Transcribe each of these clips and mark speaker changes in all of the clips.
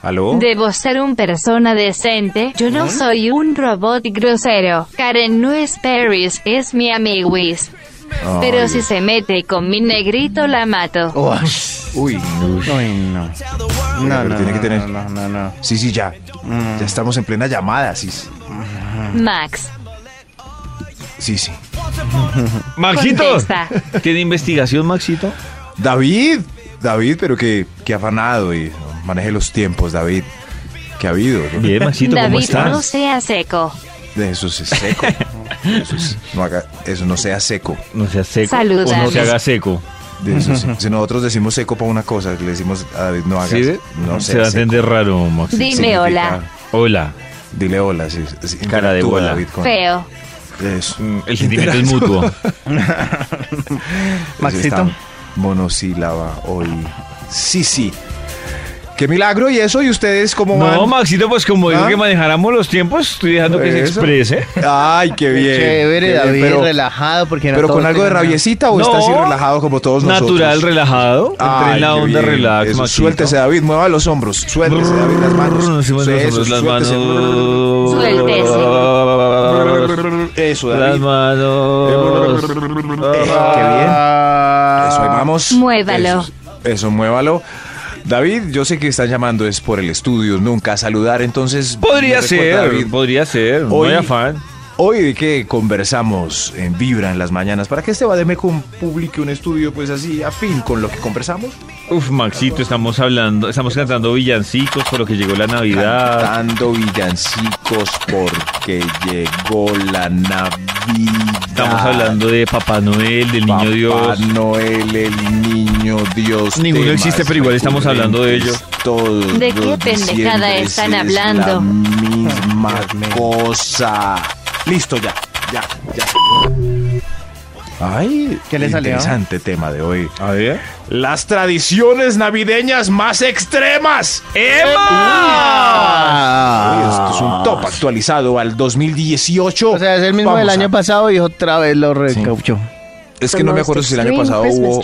Speaker 1: ¿Aló?
Speaker 2: Debo ser un persona decente, yo no soy un robot grosero. Karen no es Paris, es mi amiguis. Pero si se mete con mi negrito la mato.
Speaker 1: Oh. Uy,
Speaker 3: Uy, no. No,
Speaker 1: pero
Speaker 3: no,
Speaker 1: tiene que
Speaker 3: no,
Speaker 1: tener-
Speaker 3: no, no, no, no.
Speaker 1: sí, sí, ya.
Speaker 4: Mm.
Speaker 1: Ya estamos en plena llamada, sí. sí.
Speaker 2: Max,
Speaker 1: Sí, sí.
Speaker 4: Maxito.
Speaker 2: Contesta.
Speaker 4: ¿Tiene investigación, Maxito?
Speaker 1: David, David, pero que, que afanado y maneje los tiempos, David. Que ha habido. ¿no?
Speaker 4: Bien, Maxito, ¿cómo
Speaker 2: David no
Speaker 4: estás?
Speaker 2: sea seco.
Speaker 1: De Eso es seco. Eso, es- no haga- eso no sea seco.
Speaker 4: No seas seco.
Speaker 2: Saludame.
Speaker 4: O no se haga seco.
Speaker 1: De eso sí. Si nosotros decimos seco para una cosa, le decimos a David, no hagas.
Speaker 4: ¿Sí ve?
Speaker 1: No
Speaker 4: se va a
Speaker 1: seas seco.
Speaker 4: entender raro, Maxito.
Speaker 2: Dime
Speaker 1: Significa-
Speaker 2: hola.
Speaker 4: Hola.
Speaker 1: Dile hola, sí. sí,
Speaker 4: Cara de
Speaker 1: interactúa,
Speaker 4: bola.
Speaker 1: con-
Speaker 2: Feo.
Speaker 1: Eso.
Speaker 4: El sentimiento es mutuo.
Speaker 1: Maxito.
Speaker 3: Maxito.
Speaker 1: monosílaba hoy. Sí, sí. Qué milagro y eso, y ustedes como
Speaker 4: No,
Speaker 1: van.
Speaker 4: Maxito, pues como digo
Speaker 1: ¿Ah?
Speaker 4: que manejáramos los tiempos, estoy dejando que se
Speaker 1: Eso.
Speaker 4: exprese.
Speaker 1: Ay, qué bien.
Speaker 3: Chévere,
Speaker 1: qué bien,
Speaker 3: David,
Speaker 1: pero-
Speaker 3: relajado. Porque no
Speaker 1: ¿Pero
Speaker 3: todos
Speaker 1: con algo de
Speaker 3: tienen una-
Speaker 1: rabiecita o
Speaker 4: No.
Speaker 1: está así relajado como todos nosotros?
Speaker 4: Natural, relajado. Entré
Speaker 1: Ay,
Speaker 4: en la
Speaker 1: qué
Speaker 4: onda
Speaker 1: bien,
Speaker 4: relax,
Speaker 1: eso.
Speaker 4: Maxito.
Speaker 1: Suéltese, David, mueva los hombros. Suéltese, David, las manos.
Speaker 4: Brrr, sí, bueno,
Speaker 1: Eso,
Speaker 4: las manos.
Speaker 1: suéltese.
Speaker 4: Suéltese.
Speaker 1: Eso,
Speaker 4: Las
Speaker 1: David.
Speaker 4: manos.
Speaker 1: Eh, qué bien. Eso, ahí vamos.
Speaker 2: Muévalo.
Speaker 1: Eso, eso, muévalo. David, yo sé que están llamando, es por el estudio, nunca a saludar, entonces...
Speaker 4: Podría
Speaker 1: me recuerda, David,
Speaker 4: ser, podría ser. No
Speaker 1: Hoy-
Speaker 4: hay afán.
Speaker 1: Hoy de que conversamos en Vibra en las mañanas, para que este Bademecum publique un estudio pues así afín con lo que conversamos.
Speaker 4: Uf, Maxito, estamos hablando, estamos cantando villancicos por lo que llegó la Navidad.
Speaker 1: Cantando villancicos porque llegó la Navidad.
Speaker 4: Estamos hablando de Papá Noel, del
Speaker 1: Papá
Speaker 4: Niño Dios.
Speaker 1: Noel, el niño Dios.
Speaker 4: Ninguno
Speaker 1: temas
Speaker 4: existe, pero igual estamos hablando de ello.
Speaker 1: Todos
Speaker 2: ¿De qué pendejada
Speaker 1: siempre es
Speaker 2: están
Speaker 1: La
Speaker 2: hablando?
Speaker 1: misma cosa. Listo, ya, ya, ya. Ay,
Speaker 3: ¿Qué le salió?
Speaker 1: interesante tema de hoy.
Speaker 4: A ver.
Speaker 1: Las tradiciones navideñas más extremas.
Speaker 4: ¡Emma!
Speaker 1: Uy,
Speaker 3: Ah.
Speaker 1: esto es un top actualizado al 2018.
Speaker 3: O sea, es el mismo
Speaker 1: Vamos
Speaker 3: del
Speaker 1: a-
Speaker 3: año pasado y otra vez lo recauchó.
Speaker 1: Es que no me acuerdo si el año pasado hubo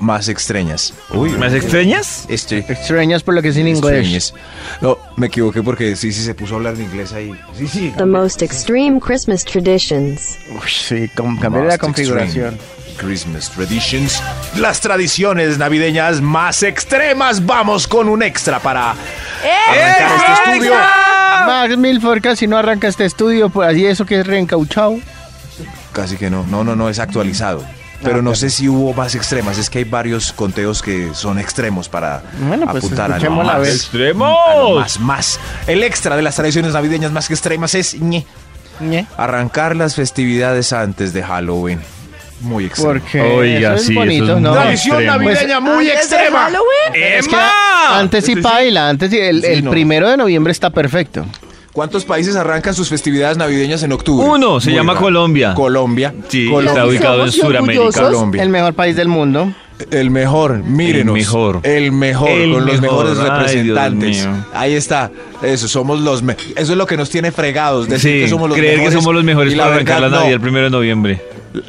Speaker 1: más extrañas. Uy,
Speaker 4: ¿Más extrañas?
Speaker 1: este,
Speaker 3: Extrañas por lo que es en inglés.
Speaker 1: extrañas. No, me equivoqué porque sí, sí se puso a hablar en inglés ahí. Sí, sí.
Speaker 5: The most extreme Christmas traditions.
Speaker 3: Uy, sí, com- cambiaré la
Speaker 1: Most
Speaker 3: configuración.
Speaker 1: extreme Christmas traditions. Las tradiciones navideñas más extremas. Vamos con un extra para arrancar este estudio.
Speaker 3: Max Milford casi no arranca este estudio, por así eso que es reencauchado.
Speaker 1: Casi que no. No, no, no, es actualizado. Pero no sé si hubo más extremas. Es que hay varios conteos que son extremos para
Speaker 3: Bueno, pues,
Speaker 1: apuntar a lo
Speaker 3: escuchémosla a
Speaker 1: más.
Speaker 3: ver.
Speaker 1: A lo
Speaker 4: ¡Extremos!
Speaker 1: ah, más, más. El extra de las tradiciones navideñas más que extremas es ñe,
Speaker 3: ¿Ñe?
Speaker 1: arrancar las festividades antes de Halloween. Muy extremo.
Speaker 3: Porque
Speaker 4: Oiga,
Speaker 3: eso es
Speaker 4: sí, eso
Speaker 3: bonito,
Speaker 4: es
Speaker 3: ¿no?
Speaker 4: muy
Speaker 1: Tradición
Speaker 4: extremo.
Speaker 1: navideña muy extrema.
Speaker 3: Es que
Speaker 4: Pues, ¡Emma!
Speaker 3: antes sí paila, antes sí, el,
Speaker 1: Sí,
Speaker 3: el
Speaker 1: no.
Speaker 3: primero de noviembre está perfecto.
Speaker 1: ¿Cuántos países arrancan sus festividades navideñas en octubre?
Speaker 4: Uno, se
Speaker 1: Muy
Speaker 4: llama
Speaker 1: raro.
Speaker 4: Colombia.
Speaker 1: Colombia.
Speaker 4: Sí,
Speaker 1: Colombia.
Speaker 4: está ubicado en
Speaker 5: Somos orgullosos.
Speaker 4: Sudamérica.
Speaker 1: Colombia.
Speaker 3: El mejor país del mundo.
Speaker 1: El mejor, mírenos.
Speaker 4: El mejor.
Speaker 1: El mejor,
Speaker 4: El
Speaker 1: con los
Speaker 4: mejor,
Speaker 1: mejores
Speaker 4: ay, Dios
Speaker 1: representantes.
Speaker 4: mío.
Speaker 1: Ahí está. Eso, somos los me- Eso es lo que nos tiene fregados. Decir
Speaker 4: Sí,
Speaker 1: que somos los
Speaker 4: creer que
Speaker 1: mejores.
Speaker 4: somos los mejores
Speaker 1: Y la
Speaker 4: para arrancar la
Speaker 1: verdad, no.
Speaker 4: Navidad el primero de noviembre.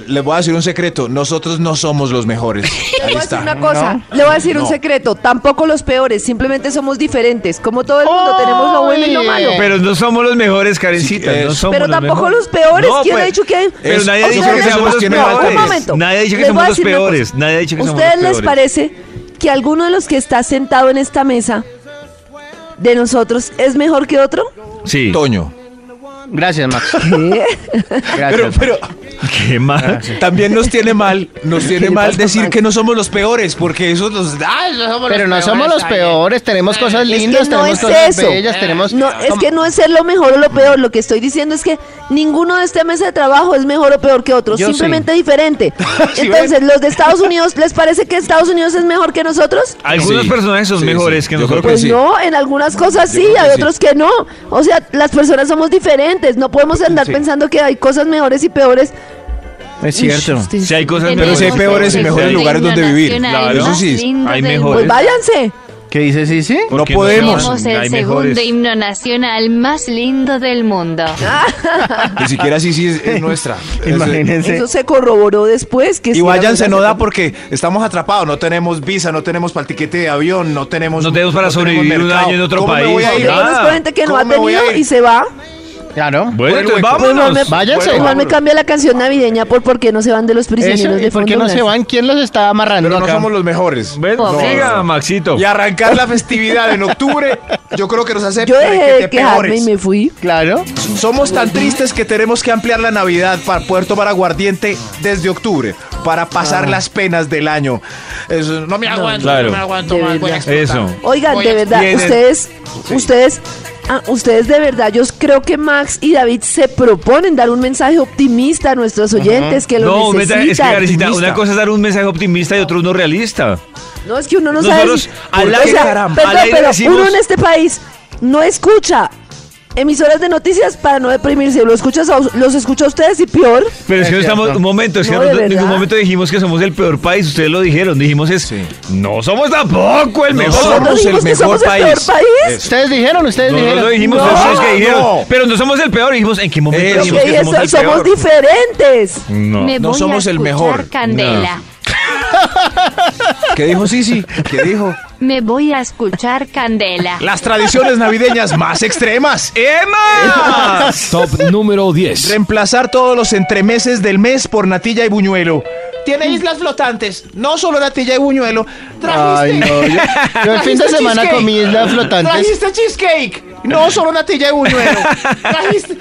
Speaker 1: Les voy a decir un secreto. Nosotros no somos los mejores.
Speaker 5: Le
Speaker 1: Ahí
Speaker 5: voy a decir
Speaker 1: está.
Speaker 5: una cosa, le voy a decir un secreto, tampoco los peores, simplemente somos diferentes, como todo el mundo tenemos lo bueno y lo malo,
Speaker 3: Eh.
Speaker 4: Pero no somos los mejores, Karencita.
Speaker 1: Sí,
Speaker 4: no
Speaker 1: es-
Speaker 4: somos
Speaker 5: pero
Speaker 4: los
Speaker 5: tampoco
Speaker 4: mejores.
Speaker 5: los peores,
Speaker 4: No,
Speaker 5: ¿quién
Speaker 4: pues,
Speaker 5: ha dicho que
Speaker 4: Pero
Speaker 1: Es-
Speaker 4: nadie ha
Speaker 1: o
Speaker 4: dicho
Speaker 1: sea,
Speaker 4: que
Speaker 1: eso
Speaker 4: seamos
Speaker 1: nos
Speaker 4: los
Speaker 1: tiene
Speaker 4: peores.
Speaker 1: valores.
Speaker 4: Nadie ha dicho que
Speaker 5: les voy
Speaker 4: somos
Speaker 5: a
Speaker 4: los
Speaker 5: decir una cosa.
Speaker 4: peores. Nadie ha dicho que somos los
Speaker 5: ¿Ustedes les
Speaker 4: peores.
Speaker 5: parece que alguno de los que está sentado en esta mesa de nosotros es mejor que otro?
Speaker 4: Sí.
Speaker 1: Toño.
Speaker 3: Gracias, Max.
Speaker 1: Pero,
Speaker 3: Gracias.
Speaker 1: pero
Speaker 4: ¿Qué
Speaker 1: Ah,
Speaker 4: más?
Speaker 1: también nos tiene mal, nos tiene
Speaker 5: le
Speaker 1: mal
Speaker 5: pasa,
Speaker 1: decir
Speaker 5: Max?
Speaker 1: que no somos los peores, porque eso nos ah, no somos
Speaker 3: Pero
Speaker 1: los
Speaker 3: no somos los peores, tenemos cosas
Speaker 5: que
Speaker 3: lindas,
Speaker 5: no
Speaker 3: tenemos
Speaker 5: es
Speaker 3: cosas
Speaker 5: eso.
Speaker 3: bellas, tenemos...
Speaker 5: No,
Speaker 1: Ah,
Speaker 5: es que no es ser lo mejor o lo peor, lo que estoy diciendo es que ninguno de esta mesa de trabajo es mejor o peor que otro,
Speaker 3: Yo
Speaker 5: simplemente diferente.
Speaker 1: Ah,
Speaker 5: Entonces, los de Estados Unidos, ¿les parece que Estados Unidos es mejor que nosotros?
Speaker 4: Algunos
Speaker 1: Sí,
Speaker 4: personajes son
Speaker 1: sí,
Speaker 4: mejores
Speaker 1: sí.
Speaker 4: que
Speaker 1: Yo Ah, creo
Speaker 4: nosotros.
Speaker 1: que
Speaker 5: Pues
Speaker 1: sí.
Speaker 5: no, en algunas cosas
Speaker 1: Yo
Speaker 5: sí,
Speaker 1: creo que
Speaker 5: hay
Speaker 1: sí.
Speaker 5: otros que no. O sea, las personas somos diferentes, no podemos andar
Speaker 1: Sí.
Speaker 5: pensando que hay cosas mejores y peores. Pues,
Speaker 3: Es cierto.
Speaker 5: Ush,
Speaker 4: Si hay cosas
Speaker 2: Tenemos
Speaker 1: Pero si hay
Speaker 4: mejores.
Speaker 1: peores y
Speaker 2: el
Speaker 1: mejores
Speaker 2: himno
Speaker 1: lugares donde vivir.
Speaker 2: nacional
Speaker 4: Claro.
Speaker 2: más
Speaker 1: Eso sí,
Speaker 2: lindo
Speaker 4: hay
Speaker 2: del
Speaker 4: mejores.
Speaker 5: Pues
Speaker 2: mundo.
Speaker 5: váyanse.
Speaker 3: ¿Qué dice Sisi?
Speaker 1: No
Speaker 4: Porque
Speaker 1: podemos.
Speaker 4: no
Speaker 2: Tenemos
Speaker 4: son-
Speaker 2: el
Speaker 4: hay
Speaker 2: segundo
Speaker 4: mejores.
Speaker 2: himno nacional más lindo del mundo.
Speaker 1: Ni siquiera sí, sí es, es nuestra.
Speaker 3: Imagínense.
Speaker 5: Eso se corroboró después que
Speaker 1: Y
Speaker 5: sí, la
Speaker 1: váyanse,
Speaker 5: verdad
Speaker 1: no
Speaker 5: se
Speaker 1: da
Speaker 5: corroboró.
Speaker 1: porque estamos atrapados, no tenemos visa, no tenemos para el tiquete de avión, no tenemos...
Speaker 4: No tenemos para sobrevivir un
Speaker 1: mercado.
Speaker 4: año en otro
Speaker 1: ¿Cómo me
Speaker 4: país?
Speaker 1: voy a
Speaker 4: No,
Speaker 1: ir?
Speaker 5: Yo
Speaker 4: nada.
Speaker 5: conozco gente que no
Speaker 1: ¿Cómo
Speaker 5: ha
Speaker 1: me voy a
Speaker 5: tenido
Speaker 1: ir?
Speaker 5: y se va.
Speaker 3: Claro.
Speaker 4: Bueno, entonces
Speaker 1: Bueno,
Speaker 5: Pues
Speaker 4: vámonos.
Speaker 5: me,
Speaker 3: váyanse.
Speaker 5: Juan me cambia la canción navideña por por qué no se van de los prisioneros
Speaker 3: Eso,
Speaker 5: de
Speaker 3: ¿y ¿Por qué
Speaker 5: Fondo
Speaker 3: no se
Speaker 5: Blanco?
Speaker 3: van? ¿Quién los está amarrando
Speaker 1: Pero no
Speaker 3: acá?
Speaker 1: somos los mejores.
Speaker 4: Ven,
Speaker 2: No,
Speaker 4: siga,
Speaker 1: no.
Speaker 4: Maxito.
Speaker 1: Y arrancar la festividad en octubre, yo creo que nos hace
Speaker 5: Yo dejé
Speaker 1: requete
Speaker 5: de quejarme y
Speaker 1: peores.
Speaker 5: me fui.
Speaker 3: Claro.
Speaker 1: Somos tan tristes que tenemos que ampliar la Navidad para poder tomar aguardiente desde octubre para pasar
Speaker 3: Ah.
Speaker 1: las penas del año. Eso, no me aguanto,
Speaker 4: Claro.
Speaker 1: no me aguanto.
Speaker 5: De verdad.
Speaker 4: Eso.
Speaker 5: Oigan, de verdad,
Speaker 1: Vienen.
Speaker 5: ustedes, ustedes, ah, ustedes de verdad, yo creo que Max y David se proponen dar un mensaje optimista a nuestros oyentes que lo
Speaker 4: No, un
Speaker 5: necesitan.
Speaker 4: mensaje- es que Karencita,
Speaker 1: optimista.
Speaker 4: una cosa es dar un mensaje optimista y otro uno realista.
Speaker 5: No, es que uno no
Speaker 4: Nosotros
Speaker 5: sabe. si-
Speaker 4: al
Speaker 5: o
Speaker 4: aire,
Speaker 5: sea,
Speaker 4: caramba,
Speaker 5: perdón,
Speaker 4: al aire
Speaker 5: pero
Speaker 4: decimos-
Speaker 5: uno en este país no escucha emisoras de noticias para no deprimirse. Lo escuchas a- los escucha a ustedes y peor.
Speaker 4: Pero es que no
Speaker 3: Es cierto.
Speaker 4: estamos, un momento, es que
Speaker 5: No,
Speaker 4: no-
Speaker 5: de
Speaker 4: en ningún
Speaker 5: verdad.
Speaker 4: momento dijimos que somos el peor país, ustedes lo dijeron, dijimos es, no somos tampoco el
Speaker 1: No
Speaker 4: mejor.
Speaker 5: Nosotros
Speaker 1: somos el
Speaker 5: dijimos que
Speaker 1: mejor
Speaker 5: somos el peor
Speaker 1: país.
Speaker 5: país.
Speaker 1: Eso.
Speaker 3: Ustedes dijeron, ustedes
Speaker 4: No, no
Speaker 3: dijeron.
Speaker 4: lo dijimos,
Speaker 5: No,
Speaker 4: ustedes que dijeron,
Speaker 1: no.
Speaker 4: pero no somos el peor, dijimos, ¿en qué momento
Speaker 1: Eso.
Speaker 4: dijimos
Speaker 5: Porque
Speaker 4: que
Speaker 5: eso-
Speaker 4: somos el
Speaker 5: somos,
Speaker 4: peor?
Speaker 5: diferentes.
Speaker 4: No.
Speaker 2: Me
Speaker 1: no
Speaker 2: voy
Speaker 1: somos
Speaker 2: a
Speaker 1: el
Speaker 2: escuchar
Speaker 1: mejor.
Speaker 2: Candela.
Speaker 1: ¿Qué dijo Sisi? ¿Qué dijo?
Speaker 2: Me voy a escuchar Candela.
Speaker 1: Las tradiciones navideñas más extremas. Eh,
Speaker 4: ¡Emma!
Speaker 6: Top número 10.
Speaker 1: Reemplazar todos los entremeses del mes por natilla y buñuelo.
Speaker 3: Mm.
Speaker 1: Tiene islas flotantes, no solo natilla y buñuelo.
Speaker 3: Ay, no. Yo, yo el fin de
Speaker 1: Trajiste
Speaker 3: semana
Speaker 1: cheesecake.
Speaker 3: comí islas flotantes.
Speaker 1: Trajiste cheesecake. No, solo natilla y buñuelo. Trajiste.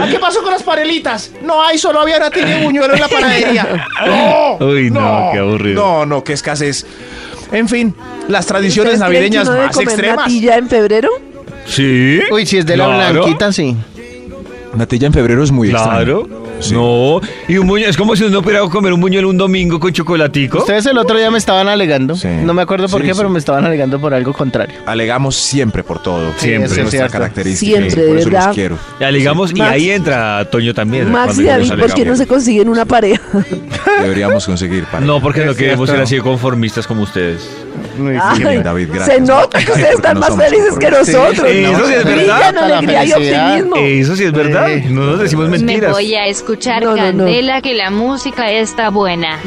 Speaker 1: ¿A qué pasó con las panelitas? No hay, solo había natilla y buñuelo en la panadería. No.
Speaker 4: Uy, no, qué aburrido.
Speaker 1: No, no, qué escasez. En fin, las tradiciones
Speaker 5: ¿Ustedes creen que
Speaker 1: navideñas
Speaker 5: uno debe
Speaker 1: más
Speaker 5: comer
Speaker 1: extremas.
Speaker 5: natilla en febrero?
Speaker 4: ¿Sí?
Speaker 3: Uy, si es de la
Speaker 4: Claro.
Speaker 3: blanquita, sí.
Speaker 1: Natilla en febrero es muy
Speaker 4: Claro.
Speaker 1: Sí.
Speaker 4: No, y un buñuelo, es como si uno pudiera comer un buñuelo un domingo con chocolatico.
Speaker 3: Ustedes el otro día me estaban alegando.
Speaker 1: Sí.
Speaker 3: No me acuerdo por
Speaker 1: Sí,
Speaker 3: qué,
Speaker 1: sí.
Speaker 3: pero me estaban alegando por algo contrario.
Speaker 1: Alegamos siempre por todo.
Speaker 3: Sí, Siempre. eso es
Speaker 1: Nuestra
Speaker 3: cierto.
Speaker 1: característica.
Speaker 5: Siempre,
Speaker 1: por
Speaker 5: de
Speaker 1: eso los
Speaker 5: verdad.
Speaker 1: quiero.
Speaker 4: Ya ligamos y
Speaker 5: Max-
Speaker 4: ahí entra Toño también.
Speaker 5: Max
Speaker 4: cuando
Speaker 5: y David,
Speaker 4: ellos
Speaker 5: ¿por qué no
Speaker 4: alegan.
Speaker 5: se consiguen una pareja?
Speaker 1: Deberíamos conseguir para.
Speaker 4: No, porque no
Speaker 3: Es
Speaker 4: queremos
Speaker 3: cierto.
Speaker 4: ser así de conformistas como ustedes.
Speaker 5: Ay,
Speaker 1: bien, David, gracias.
Speaker 5: Se nota que ustedes
Speaker 1: Porque
Speaker 5: están
Speaker 1: no
Speaker 5: más
Speaker 1: somos
Speaker 5: felices que
Speaker 1: conformistas.
Speaker 5: nosotros.
Speaker 4: Sí, eso sí es
Speaker 5: Brillan
Speaker 4: verdad.
Speaker 5: alegría y
Speaker 3: La felicidad.
Speaker 5: optimismo.
Speaker 4: Eso sí es verdad.
Speaker 3: Eh.
Speaker 4: No nos decimos
Speaker 2: Me
Speaker 4: mentiras.
Speaker 2: voy a escuchar
Speaker 5: No, no, no.
Speaker 2: Candela que la música está buena.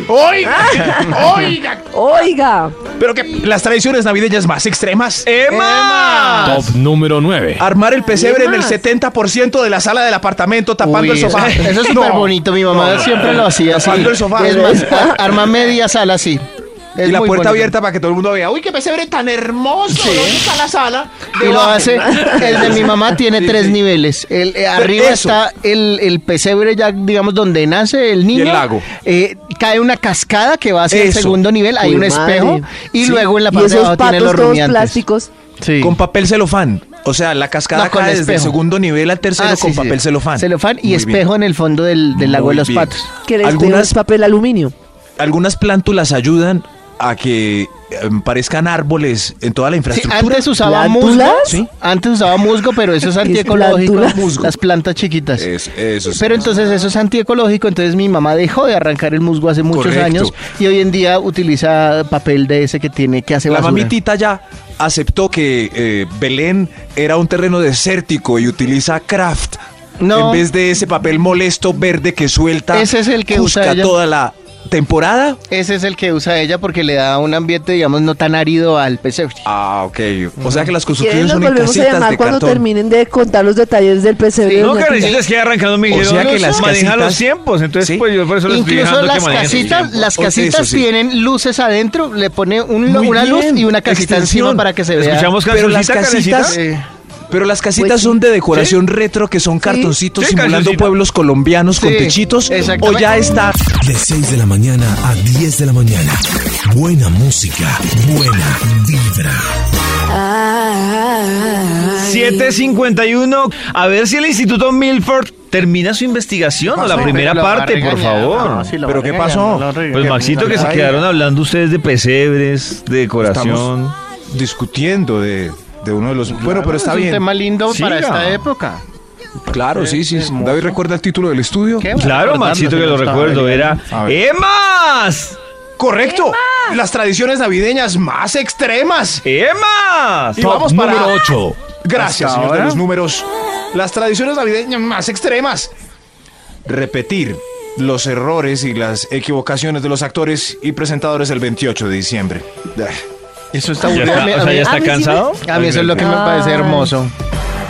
Speaker 5: Oiga,
Speaker 1: Pero que las tradiciones navideñas más extremas.
Speaker 4: ¡Emma!
Speaker 6: Top número 9.
Speaker 1: Armar el pesebre en el
Speaker 5: más?
Speaker 1: 70% de la sala del apartamento tapando
Speaker 3: Uy,
Speaker 1: el sofá.
Speaker 3: Eso, eso es súper bonito. Mi mamá siempre lo hacía así.
Speaker 1: Tapando el sofá.
Speaker 3: Es más, a- arma media sala así. Es
Speaker 1: y la
Speaker 3: muy
Speaker 1: puerta
Speaker 3: bonito.
Speaker 1: abierta para que todo el mundo vea. Uy, qué pesebre tan hermoso. ¿Dónde está la sala?
Speaker 3: Y lo
Speaker 1: Debajo.
Speaker 3: hace, el de mi mamá tiene tres niveles. El, eh, arriba
Speaker 1: Eso.
Speaker 3: está el, el pesebre, ya digamos, donde nace el niño.
Speaker 1: el lago.
Speaker 3: Eh, cae una cascada que va hacia el
Speaker 1: Eso.
Speaker 3: segundo nivel, hay
Speaker 5: Uy,
Speaker 3: un espejo.
Speaker 5: madre.
Speaker 3: Y luego en la
Speaker 5: y
Speaker 3: parte de
Speaker 5: esos
Speaker 3: abajo tiene
Speaker 5: patos
Speaker 3: los
Speaker 5: todos
Speaker 3: rumiantes.
Speaker 5: plásticos.
Speaker 3: Sí.
Speaker 1: Con papel celofán. O sea, la cascada
Speaker 3: No, con
Speaker 1: cae desde el
Speaker 3: espejo.
Speaker 1: segundo nivel al tercero
Speaker 3: Ah,
Speaker 1: con
Speaker 3: sí, sí.
Speaker 1: papel celofán.
Speaker 3: Celofán y
Speaker 1: Muy
Speaker 3: espejo
Speaker 1: bien.
Speaker 3: en el fondo del, del lago
Speaker 1: Muy
Speaker 3: de los
Speaker 1: bien.
Speaker 3: patos.
Speaker 5: Que les
Speaker 1: Algunas-
Speaker 5: Algunas... es papel aluminio.
Speaker 1: Algunas plántulas ayudan a que eh, parezcan árboles en toda la
Speaker 3: Sí,
Speaker 1: infraestructura.
Speaker 3: antes usaba musgo,
Speaker 5: ¿Plántulas?
Speaker 3: sí. antes usaba musgo, pero eso es antiecológico,
Speaker 5: plántulas?
Speaker 1: Musgo.
Speaker 3: las plantas chiquitas.
Speaker 1: Es- eso sí.
Speaker 3: Pero entonces eso es antiecológico, entonces mi mamá dejó de arrancar el musgo hace muchos
Speaker 1: Correcto.
Speaker 3: años y hoy en día utiliza papel de ese que tiene que hacer
Speaker 1: La
Speaker 3: basura.
Speaker 1: mamitita ya aceptó que eh, Belén era un terreno desértico y utiliza craft.
Speaker 3: No.
Speaker 1: En vez de ese papel molesto verde que suelta.
Speaker 3: Ese es el que usa
Speaker 1: Cusca
Speaker 3: ella.
Speaker 1: toda la temporada.
Speaker 3: Ese es el que usa ella porque le da un ambiente, digamos, no tan árido al pesebre.
Speaker 1: Ah, ok. O sea que las
Speaker 5: ¿Quiénes
Speaker 1: construcciones
Speaker 5: nos
Speaker 1: son en
Speaker 5: volvemos a
Speaker 1: casitas
Speaker 5: llamar
Speaker 1: de
Speaker 5: cuando
Speaker 1: cartón.
Speaker 5: terminen de contar los detalles del pesebre?
Speaker 4: No,
Speaker 5: doña Tita?
Speaker 4: Karencita, es que arrancando me
Speaker 1: O
Speaker 4: dijeron,
Speaker 1: sea que las
Speaker 4: maneja
Speaker 1: casitas-
Speaker 4: los tiempos, entonces
Speaker 1: Sí.
Speaker 4: pues yo por eso les estoy
Speaker 3: Incluso
Speaker 4: dejando que
Speaker 3: las
Speaker 4: manejen sus
Speaker 3: casitas,
Speaker 4: tiempos.
Speaker 3: las
Speaker 1: Ok,
Speaker 3: casitas
Speaker 1: eso sí.
Speaker 3: tienen luces adentro, le pone un-
Speaker 1: Muy
Speaker 3: una luz
Speaker 1: bien.
Speaker 3: y una casita encima
Speaker 1: Extensión.
Speaker 3: para que se vea.
Speaker 4: Escuchamos
Speaker 1: Pero las
Speaker 4: cancioncita, Karencita.
Speaker 1: casitas-
Speaker 3: Eh,
Speaker 1: Pero las casitas
Speaker 5: Pues sí.
Speaker 1: son de decoración retro, que son cartoncitos
Speaker 4: Sí,
Speaker 1: simulando
Speaker 4: cartoncito.
Speaker 1: pueblos colombianos con
Speaker 3: Sí,
Speaker 1: techitos. O
Speaker 3: exactamente.
Speaker 1: ya está.
Speaker 7: De 6 de la mañana a 10 de la mañana. Buena música, buena vibra.
Speaker 5: Ah,
Speaker 4: 751. A ver si el Instituto Milford termina su investigación o la
Speaker 3: no,
Speaker 4: primera
Speaker 3: pero lo va a
Speaker 4: parte, por
Speaker 3: regañar,
Speaker 4: favor.
Speaker 3: no, sí lo
Speaker 1: ¿Pero
Speaker 3: va a
Speaker 1: qué
Speaker 3: regañar,
Speaker 1: pasó?
Speaker 3: no lo va a regañar.
Speaker 4: Pues Maxito, que se
Speaker 3: Ay,
Speaker 4: quedaron hablando ustedes de pesebres, de decoración.
Speaker 1: Estamos discutiendo de, de uno de los. bueno, pero está
Speaker 3: es
Speaker 1: bien. ah.
Speaker 3: un tema lindo
Speaker 4: Siga.
Speaker 3: para esta época.
Speaker 1: Claro, sí, sí. David recuerda el título del estudio.
Speaker 3: Qué
Speaker 4: Claro,
Speaker 3: Recordando,
Speaker 4: Maxito,
Speaker 3: si
Speaker 4: que
Speaker 3: no
Speaker 4: lo
Speaker 3: estaba
Speaker 4: recuerdo,
Speaker 3: bien.
Speaker 4: era
Speaker 1: A ver.
Speaker 4: ¡Emas!
Speaker 1: Correcto. Las tradiciones navideñas más extremas.
Speaker 4: ¡Emma!
Speaker 1: Y
Speaker 6: Top
Speaker 1: vamos para.
Speaker 6: número 8.
Speaker 1: Gracias,
Speaker 3: Hasta
Speaker 1: señor de
Speaker 3: ahora.
Speaker 1: los números. Las tradiciones navideñas más extremas. Repetir los errores y las equivocaciones de los actores y presentadores el 28 de diciembre.
Speaker 3: Eso está
Speaker 4: Ya
Speaker 3: aburrido.
Speaker 4: está,
Speaker 3: A mí-
Speaker 4: o sea,
Speaker 3: a
Speaker 4: ¿ya
Speaker 3: mí-
Speaker 4: está
Speaker 5: a mí sí
Speaker 4: cansado?
Speaker 3: A mí eso es lo que me parece
Speaker 5: Ay.
Speaker 3: hermoso.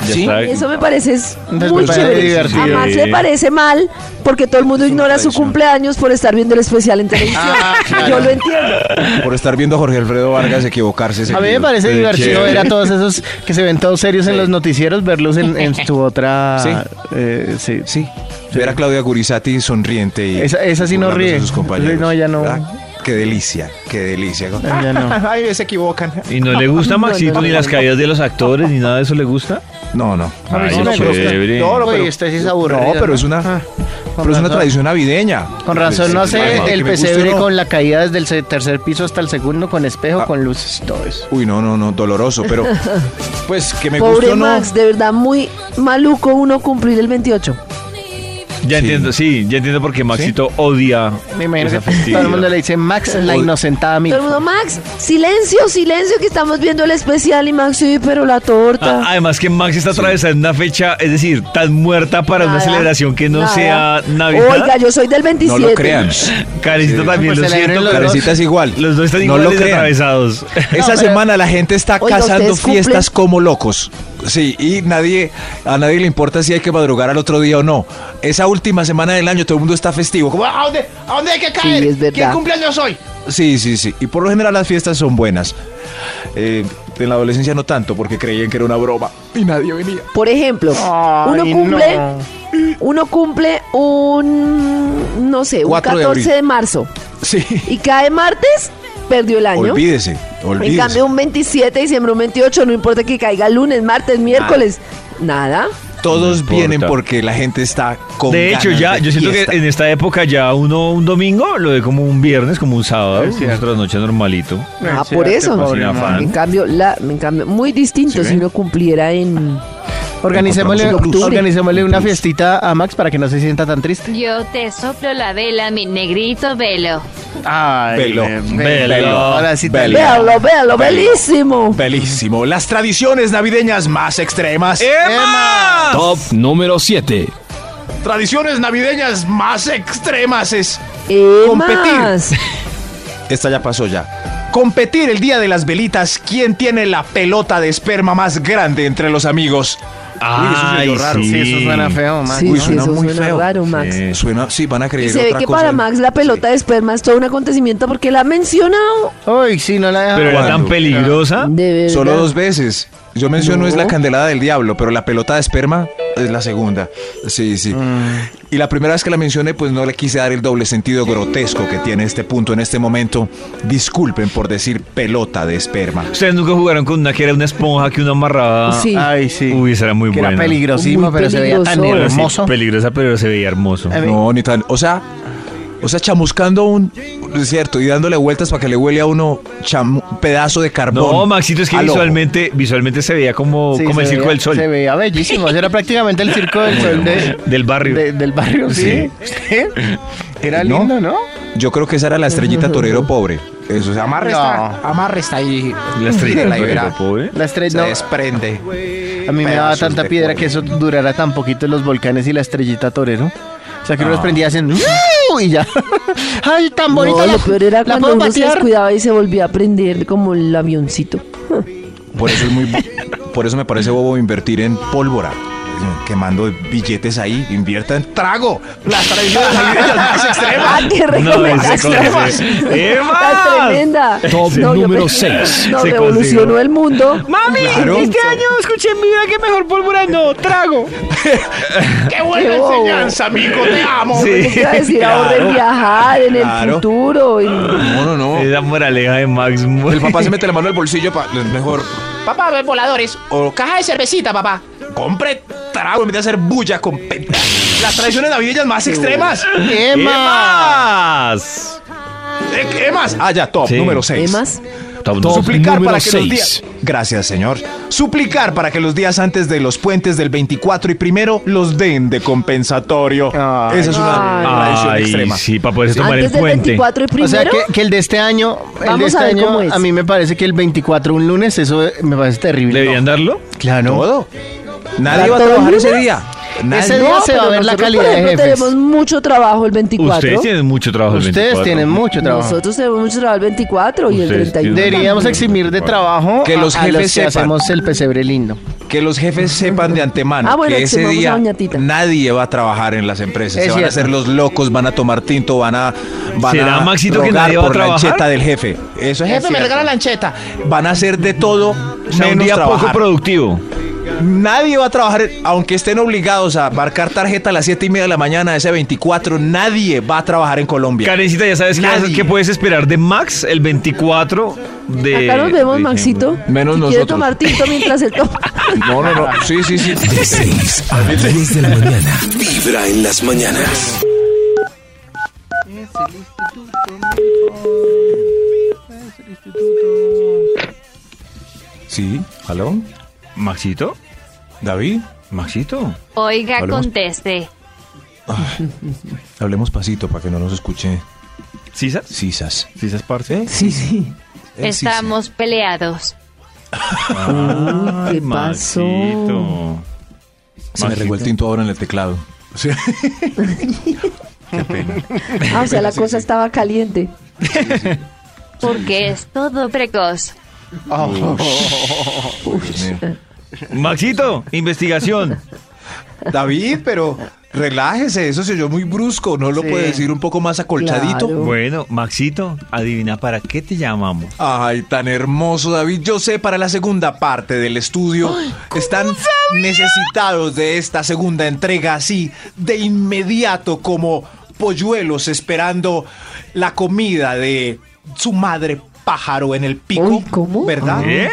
Speaker 4: Ya
Speaker 1: Sí,
Speaker 4: está.
Speaker 5: Y eso me parece es
Speaker 3: Entonces,
Speaker 5: muy
Speaker 3: me parece
Speaker 5: chévere.
Speaker 3: divertido.
Speaker 5: A Max le parece mal porque todo el mundo ignora su cumpleaños por estar viendo el especial en televisión.
Speaker 3: Ah, claro.
Speaker 5: Yo lo entiendo.
Speaker 1: Ah, Por estar viendo a Jorge Alfredo Vargas equivocarse.
Speaker 3: A mí me
Speaker 1: seguido.
Speaker 3: parece
Speaker 1: Eh,
Speaker 3: divertido
Speaker 1: chévere.
Speaker 3: ver a todos esos que se ven todos serios en los noticieros, verlos en, en su otra...
Speaker 1: Sí.
Speaker 3: eh, sí.
Speaker 1: Sí, ver a Claudia Gurizati sonriente y.
Speaker 3: Esa- esa sí no
Speaker 1: burlándose de
Speaker 3: ríe.
Speaker 1: Sus compañeros. Ah,
Speaker 3: No, ya no.
Speaker 1: Qué delicia, qué delicia.
Speaker 3: Ya no.
Speaker 1: Ay, se equivocan.
Speaker 4: ¿Y no le gusta a Maxito ni las caídas de los actores ni nada de eso le gusta?
Speaker 1: No, no.
Speaker 4: A mí sí
Speaker 1: no,
Speaker 4: me
Speaker 1: pero-
Speaker 4: gusta. este
Speaker 1: No, no,
Speaker 3: Oye,
Speaker 1: pero,
Speaker 3: usted sí es aburrido,
Speaker 1: no, pero
Speaker 3: ¿no?
Speaker 1: es una,
Speaker 3: Ah, con
Speaker 1: pero es una
Speaker 3: razón.
Speaker 1: tradición navideña.
Speaker 3: Con razón no
Speaker 1: Pues,
Speaker 3: hace
Speaker 1: ay,
Speaker 3: el
Speaker 1: que me guste o
Speaker 3: pesebre
Speaker 1: no. Ah.
Speaker 3: con la caída desde el se- tercer piso hasta el segundo, con espejo, con luces y todo eso.
Speaker 1: Uy, no, no, no, doloroso, pero pues que me guste
Speaker 5: Pobre
Speaker 1: o no.
Speaker 5: Max, de verdad, muy maluco uno cumplir el 28.
Speaker 4: Ya
Speaker 1: Sí.
Speaker 4: entiendo, sí, ya entiendo por qué Maxito odia.
Speaker 3: Me imagino
Speaker 4: esa
Speaker 3: que todo el mundo
Speaker 4: festividad.
Speaker 3: le dice, Max es la inocentada
Speaker 5: Todo
Speaker 3: mía.
Speaker 5: el mundo, Max, silencio, silencio, que estamos viendo el especial y Max, sí, pero la
Speaker 4: Ah,
Speaker 5: torta.
Speaker 4: Además que Max está atravesando una fecha, es decir, tan muerta para una
Speaker 5: Nada,
Speaker 4: celebración que no
Speaker 5: nada.
Speaker 4: sea Navidad.
Speaker 5: Oiga, yo soy del 27.
Speaker 1: No lo crean.
Speaker 4: Karencita
Speaker 1: Sí.
Speaker 4: también,
Speaker 3: Pues celebren
Speaker 4: lo
Speaker 3: los
Speaker 4: siento, pero
Speaker 3: dos.
Speaker 1: Karencita es igual.
Speaker 4: los dos están
Speaker 1: No
Speaker 4: iguales
Speaker 1: lo
Speaker 4: de
Speaker 1: crean.
Speaker 4: atravesados.
Speaker 1: Esa semana la gente está
Speaker 5: Oiga,
Speaker 1: cazando
Speaker 5: ¿ustedes cumplen?
Speaker 1: fiestas como locos. Sí, y nadie, a nadie le importa si hay que madrugar al otro día o no. Esa última semana del año todo el mundo está festivo. como, "Ah,
Speaker 5: Sí, es verdad.
Speaker 1: Sí, sí, sí. Y por lo general las fiestas son buenas. Eh, en la adolescencia no tanto, porque creían que era una broma. Y nadie venía.
Speaker 5: Por ejemplo, uno cumple, uno cumple un, no sé, un
Speaker 1: Cuatro de
Speaker 5: 14
Speaker 1: abril.
Speaker 5: de, marzo
Speaker 1: Sí.
Speaker 5: y cae martes, perdió el año.
Speaker 1: Olvídese,
Speaker 5: En
Speaker 1: olvídese.
Speaker 5: cambio, un 27 de diciembre, un 28, no importa que caiga lunes, martes, miércoles, nada.
Speaker 1: Todos
Speaker 4: No
Speaker 1: vienen
Speaker 4: importa.
Speaker 1: porque la gente está con
Speaker 4: De hecho,
Speaker 1: ganas
Speaker 4: ya,
Speaker 1: de
Speaker 4: yo siento
Speaker 1: fiesta.
Speaker 4: que en esta época ya uno un domingo lo ve como un viernes, como un sábado,
Speaker 3: Es cierto.
Speaker 4: nuestra noche normalito.
Speaker 5: Ah, por eso.
Speaker 4: pobre Sin afán.
Speaker 5: En cambio, la, en cambio, muy distinto si uno cumpliera en.
Speaker 3: Organicémosle,
Speaker 5: Encontramos un plus.
Speaker 3: organicémosle
Speaker 1: Un
Speaker 3: una
Speaker 1: plus.
Speaker 3: fiestita a Max para que no se sienta tan triste.
Speaker 2: Yo te soplo la vela, mi negrito velo.
Speaker 3: Ay,
Speaker 1: Velo,
Speaker 4: velo,
Speaker 3: Ahora sí te-
Speaker 1: velo.
Speaker 5: Véalo, véalo, belísimo.
Speaker 1: Belísimo. Las tradiciones navideñas más extremas.
Speaker 4: ¡Emma!
Speaker 6: Top número 7.
Speaker 1: Tradiciones navideñas más extremas es.
Speaker 5: Eh,
Speaker 1: Competir.
Speaker 5: más.
Speaker 1: Esta ya pasó ya. Competir el día de las velitas. ¿Quién tiene la pelota de esperma más grande entre los amigos?
Speaker 4: Ay,
Speaker 1: medio raro.
Speaker 4: sí.
Speaker 3: Sí, eso suena feo, Max.
Speaker 5: Sí,
Speaker 1: Uy,
Speaker 5: sí,
Speaker 1: suena
Speaker 5: eso
Speaker 1: muy
Speaker 5: suena
Speaker 1: feo.
Speaker 5: raro, Max.
Speaker 4: Sí.
Speaker 1: Eh, Suena, sí, van a creer
Speaker 5: Y se ve
Speaker 1: otra
Speaker 5: que
Speaker 1: cosa.
Speaker 5: para Max la pelota de esperma es todo un acontecimiento porque la ha mencionado.
Speaker 3: Uy, sí, no la deja.
Speaker 4: Pero era
Speaker 1: ¿Cuándo?
Speaker 4: tan peligrosa.
Speaker 5: De verdad.
Speaker 1: Solo dos veces. Yo menciono es la candelada del diablo, pero la pelota de esperma es la segunda. Sí, sí.
Speaker 4: Mm.
Speaker 1: Y la primera vez que la mencioné, pues no le quise dar el doble sentido grotesco que tiene este punto en este momento. Disculpen por decir pelota de esperma.
Speaker 4: Ustedes nunca jugaron con una que era una esponja que uno amarraba.
Speaker 5: Sí.
Speaker 3: Ay, sí.
Speaker 4: Uy, esa era muy
Speaker 3: que
Speaker 4: buena.
Speaker 3: Era peligrosísimo,
Speaker 5: Muy
Speaker 3: pero se veía tan
Speaker 5: peligroso.
Speaker 4: Pero sí,
Speaker 3: hermoso.
Speaker 4: peligrosa, pero se veía hermoso.
Speaker 3: A mí-
Speaker 1: No, ni tan. O sea, o sea, chamuscando un. Cierto, y dándole vueltas para que le huele a uno chamu- pedazo de carbón.
Speaker 4: No, Maxito, es que
Speaker 1: al ojo.
Speaker 4: visualmente, visualmente se veía como,
Speaker 3: Sí,
Speaker 4: como el
Speaker 3: se
Speaker 4: circo
Speaker 3: veía-
Speaker 4: del sol.
Speaker 3: Se veía bellísimo. Eso era prácticamente el circo del sol de-
Speaker 4: Del barrio.
Speaker 3: de- del barrio, sí. Era
Speaker 1: ¿No?
Speaker 3: lindo, ¿no?
Speaker 1: Yo creo que esa era la estrellita torero pobre. Eso, o sea, amarre
Speaker 3: No.
Speaker 1: esta- amarre está ahí.
Speaker 4: La estrella
Speaker 1: La
Speaker 4: del ¿eh?
Speaker 1: libera.
Speaker 4: barrio, pobre.
Speaker 3: La
Speaker 1: Se
Speaker 3: estrella. no,
Speaker 1: desprende.
Speaker 3: a mí me daba
Speaker 1: pedazos
Speaker 3: tanta
Speaker 1: de
Speaker 3: piedra
Speaker 1: polvo.
Speaker 3: que eso durara tan poquito en los volcanes y la estrellita torero. O sea, que uno los prendía haciendo. "Uy", Y ya. ¡Ay, tan bonita!
Speaker 5: No,
Speaker 3: la,
Speaker 5: lo peor era
Speaker 3: la
Speaker 5: cuando
Speaker 3: puedo
Speaker 5: uno se
Speaker 3: patear.
Speaker 5: descuidaba y se volvía a prender como el avioncito.
Speaker 1: Por eso es muy bo- por eso me parece bobo invertir en pólvora. Quemando billetes ahí, invierta en trago. Las tradiciones navideñas más
Speaker 5: ¡Ah,
Speaker 1: extremas.
Speaker 5: qué
Speaker 4: ese
Speaker 5: recomendación!
Speaker 4: con ese. ¡Emma!
Speaker 5: ¡Está tremenda!
Speaker 6: Top
Speaker 5: yo
Speaker 6: número
Speaker 5: pensé-
Speaker 6: seis.
Speaker 5: No,
Speaker 4: Se
Speaker 5: revolucionó
Speaker 4: consiguió.
Speaker 5: el mundo.
Speaker 4: ¡Mami!
Speaker 1: Claro. este
Speaker 4: año escuché en que mejor pólvora no, trago.
Speaker 1: ¡Qué buena
Speaker 5: Qué bobo. enseñanza,
Speaker 1: amigo! ¡Te amo!
Speaker 5: Porque te iba a decir ahorren viajar en
Speaker 1: Claro.
Speaker 5: el futuro. en-
Speaker 1: No, no, no.
Speaker 4: Es la moraleja de Max.
Speaker 1: El papá se mete la mano al bolsillo para mejor. Papá, ver voladores o caja de cervecita, papá. Compre trago en vez de hacer bulla con penta. Las tradiciones navideñas más extremas.
Speaker 4: ¡Qué
Speaker 3: ¡Emma!
Speaker 4: más!
Speaker 1: Eh, ¿Qué más? Ah, ya, top,
Speaker 4: Sí.
Speaker 1: número 6.
Speaker 5: ¿Emas?
Speaker 4: Top
Speaker 6: Top
Speaker 1: Suplicar
Speaker 6: número
Speaker 1: para que los
Speaker 6: 6.
Speaker 1: días. Gracias, señor. Suplicar para que los días antes de los puentes del 24 y primero los den de compensatorio.
Speaker 3: Ay.
Speaker 1: Esa es una
Speaker 5: Ay.
Speaker 1: tradición
Speaker 4: Ay,
Speaker 1: extrema.
Speaker 4: sí, para poder tomar
Speaker 5: Antes
Speaker 4: el
Speaker 5: del
Speaker 4: puente.
Speaker 5: 24 y primero.
Speaker 3: O sea, que, que el de este año, el de
Speaker 5: Vamos
Speaker 3: este
Speaker 5: a ver
Speaker 3: año,
Speaker 5: cómo es.
Speaker 3: a mí me parece que el 24, un lunes, eso eh, me parece terrible.
Speaker 4: ¿Deberían darlo?
Speaker 3: Claro.
Speaker 1: Todo. Nadie va a
Speaker 5: ¿Todo
Speaker 1: trabajar ese
Speaker 5: lunes?
Speaker 1: día.
Speaker 3: Ese
Speaker 1: Nadie.
Speaker 3: día se va a
Speaker 5: pero
Speaker 3: ver la
Speaker 5: nosotros,
Speaker 3: calidad
Speaker 5: por
Speaker 3: de
Speaker 5: ejemplo,
Speaker 3: jefes.
Speaker 5: tenemos mucho trabajo el 24.
Speaker 4: Ustedes tienen mucho trabajo. el
Speaker 3: Ustedes
Speaker 4: 24.
Speaker 3: tienen mucho trabajo.
Speaker 5: Nosotros tenemos mucho trabajo el 24 y el
Speaker 4: Ustedes
Speaker 5: 31.
Speaker 4: tienen-
Speaker 3: Deberíamos
Speaker 5: también.
Speaker 3: eximir de trabajo
Speaker 1: Que los
Speaker 3: a- a
Speaker 1: jefes
Speaker 3: que
Speaker 1: sepan.
Speaker 3: hacemos el pesebre lindo.
Speaker 1: Que los jefes sepan de antemano
Speaker 5: Ah, bueno,
Speaker 1: que ese
Speaker 5: eximamos a
Speaker 1: día
Speaker 5: Doña Tita.
Speaker 1: nadie va a trabajar en las empresas.
Speaker 3: Es
Speaker 1: se van a
Speaker 3: cierto.
Speaker 1: hacer los locos, van a tomar tinto, van a. Van
Speaker 4: ¿Será,
Speaker 1: a
Speaker 4: Maxito, que
Speaker 1: rogar
Speaker 4: nadie va a
Speaker 1: por la
Speaker 4: trabajar?
Speaker 1: ancheta del jefe. Eso es jefe, me regala la ancheta.
Speaker 5: Ah.
Speaker 1: Van a hacer de todo
Speaker 4: O sea, un
Speaker 1: menos
Speaker 4: día poco
Speaker 1: trabajar.
Speaker 4: productivo.
Speaker 1: Nadie va a trabajar, aunque estén obligados a marcar tarjeta a las 7 y media de la mañana, ese 24, nadie va a trabajar en Colombia.
Speaker 4: Karencita, ya sabes qué, vas-
Speaker 1: Nadie.
Speaker 4: qué puedes esperar de Max el 24 de.
Speaker 5: Acá nos
Speaker 4: de
Speaker 5: vemos,
Speaker 4: diciembre.
Speaker 5: Maxito.
Speaker 1: Menos
Speaker 5: si quiere
Speaker 1: nosotros.
Speaker 5: tomar tinto mientras él toma.
Speaker 1: No, no, no. Sí, sí, sí.
Speaker 7: De 6 a 10 de la mañana. Vibra en las mañanas.
Speaker 1: Sí. ¿Aló?
Speaker 4: ¿Maxito?
Speaker 1: ¿David?
Speaker 4: ¿Maxito?
Speaker 2: Oiga,
Speaker 1: Hablemos.
Speaker 2: conteste.
Speaker 1: Hablemos pasito para que no nos escuche
Speaker 4: ¿Cisas?
Speaker 1: Sisas.
Speaker 4: ¿Cisas Parce?
Speaker 5: Sí, sí.
Speaker 1: Eh, Sisa.
Speaker 2: Estamos peleados.
Speaker 5: ¿Qué pasó?
Speaker 4: Maxito.
Speaker 1: Se me regó el tinto ahora en el teclado. Sí. Qué pena.
Speaker 5: Ah, o sea, la cosa estaba caliente.
Speaker 2: Porque es todo precoz.
Speaker 1: Dios mío.
Speaker 4: Maxito, investigación.
Speaker 1: David, pero relájese, eso se oyó muy brusco. ¿No lo
Speaker 3: Sí.
Speaker 1: puede decir un poco más acolchadito?
Speaker 5: Claro.
Speaker 4: Bueno, Maxito, adivina para qué te llamamos.
Speaker 1: Ay, tan hermoso, David. Yo sé, para la segunda parte del estudio están necesitados de esta segunda entrega así, de inmediato, como polluelos esperando la comida de su madre pájaro en el pico.
Speaker 5: Uy, ¿cómo?
Speaker 1: ¿Verdad?
Speaker 4: ¿Eh?